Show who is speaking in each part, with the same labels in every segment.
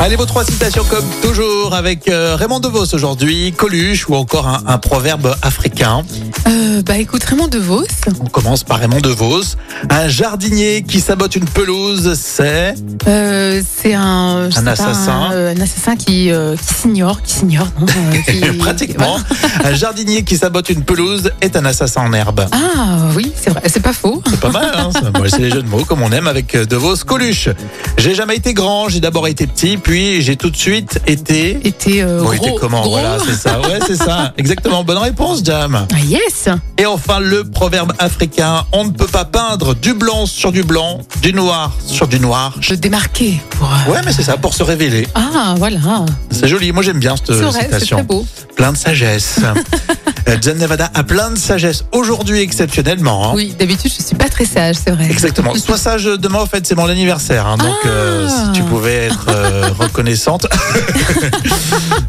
Speaker 1: Allez, vos trois citations comme toujours avec euh, Raymond DeVos aujourd'hui, Coluche ou encore un, un proverbe africain.
Speaker 2: Euh, bah écoute, Raymond DeVos,
Speaker 1: On commence par Raymond DeVos. Un jardinier qui sabote une pelouse, c'est...
Speaker 2: euh, c'est un, je
Speaker 1: Un
Speaker 2: sais pas,
Speaker 1: assassin.
Speaker 2: un, euh, un assassin qui, euh, qui s'ignore, qui s'ignore, non euh, qui-
Speaker 1: Pratiquement, un jardinier qui sabote une pelouse est un assassin en herbe.
Speaker 2: Ah oui, c'est vrai, c'est pas faux.
Speaker 1: C'est pas mal, hein ça. Bon, c'est les jeux de mots comme on aime avec euh, DeVos, Coluche. J'ai jamais été grand, j'ai d'abord été petit, puis j'ai tout de suite été...
Speaker 2: Et t'es euh,
Speaker 1: Bon,
Speaker 2: gros,
Speaker 1: été comment
Speaker 2: gros.
Speaker 1: Voilà, c'est ça. Ouais, c'est ça. Exactement. Bonne réponse, Jam.
Speaker 2: Ah yes,
Speaker 1: Et enfin, le proverbe africain, on ne peut pas peindre du blanc sur du blanc, du noir sur du noir.
Speaker 2: je démarquais. pour, euh,
Speaker 1: Ouais, mais c'est ça, pour se révéler.
Speaker 2: Ah voilà,
Speaker 1: C'est joli, moi j'aime bien cette
Speaker 2: c'est vrai, c'est très
Speaker 1: Euh, citation.
Speaker 2: beau.
Speaker 1: Plein de sagesse. Euh, Jan Nevada a plein de sagesse aujourd'hui exceptionnellement. hein.
Speaker 2: Oui, d'habitude je suis pas très sage, c'est vrai.
Speaker 1: Exactement. Sois sage demain, en fait, c'est mon anniversaire. hein, donc,
Speaker 2: Ah.
Speaker 1: euh, si tu pouvais être euh, reconnaissante.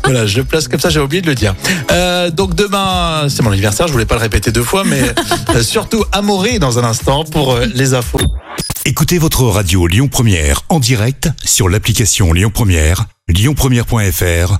Speaker 1: voilà, je le place comme ça, j'ai oublié de le dire. Euh, donc, demain, c'est mon anniversaire, je voulais pas le répéter deux fois, mais euh, surtout, amoré dans un instant pour euh, les infos.
Speaker 3: Écoutez votre radio Lyon Première en direct sur l'application Lyon Première, lyonpremière.fr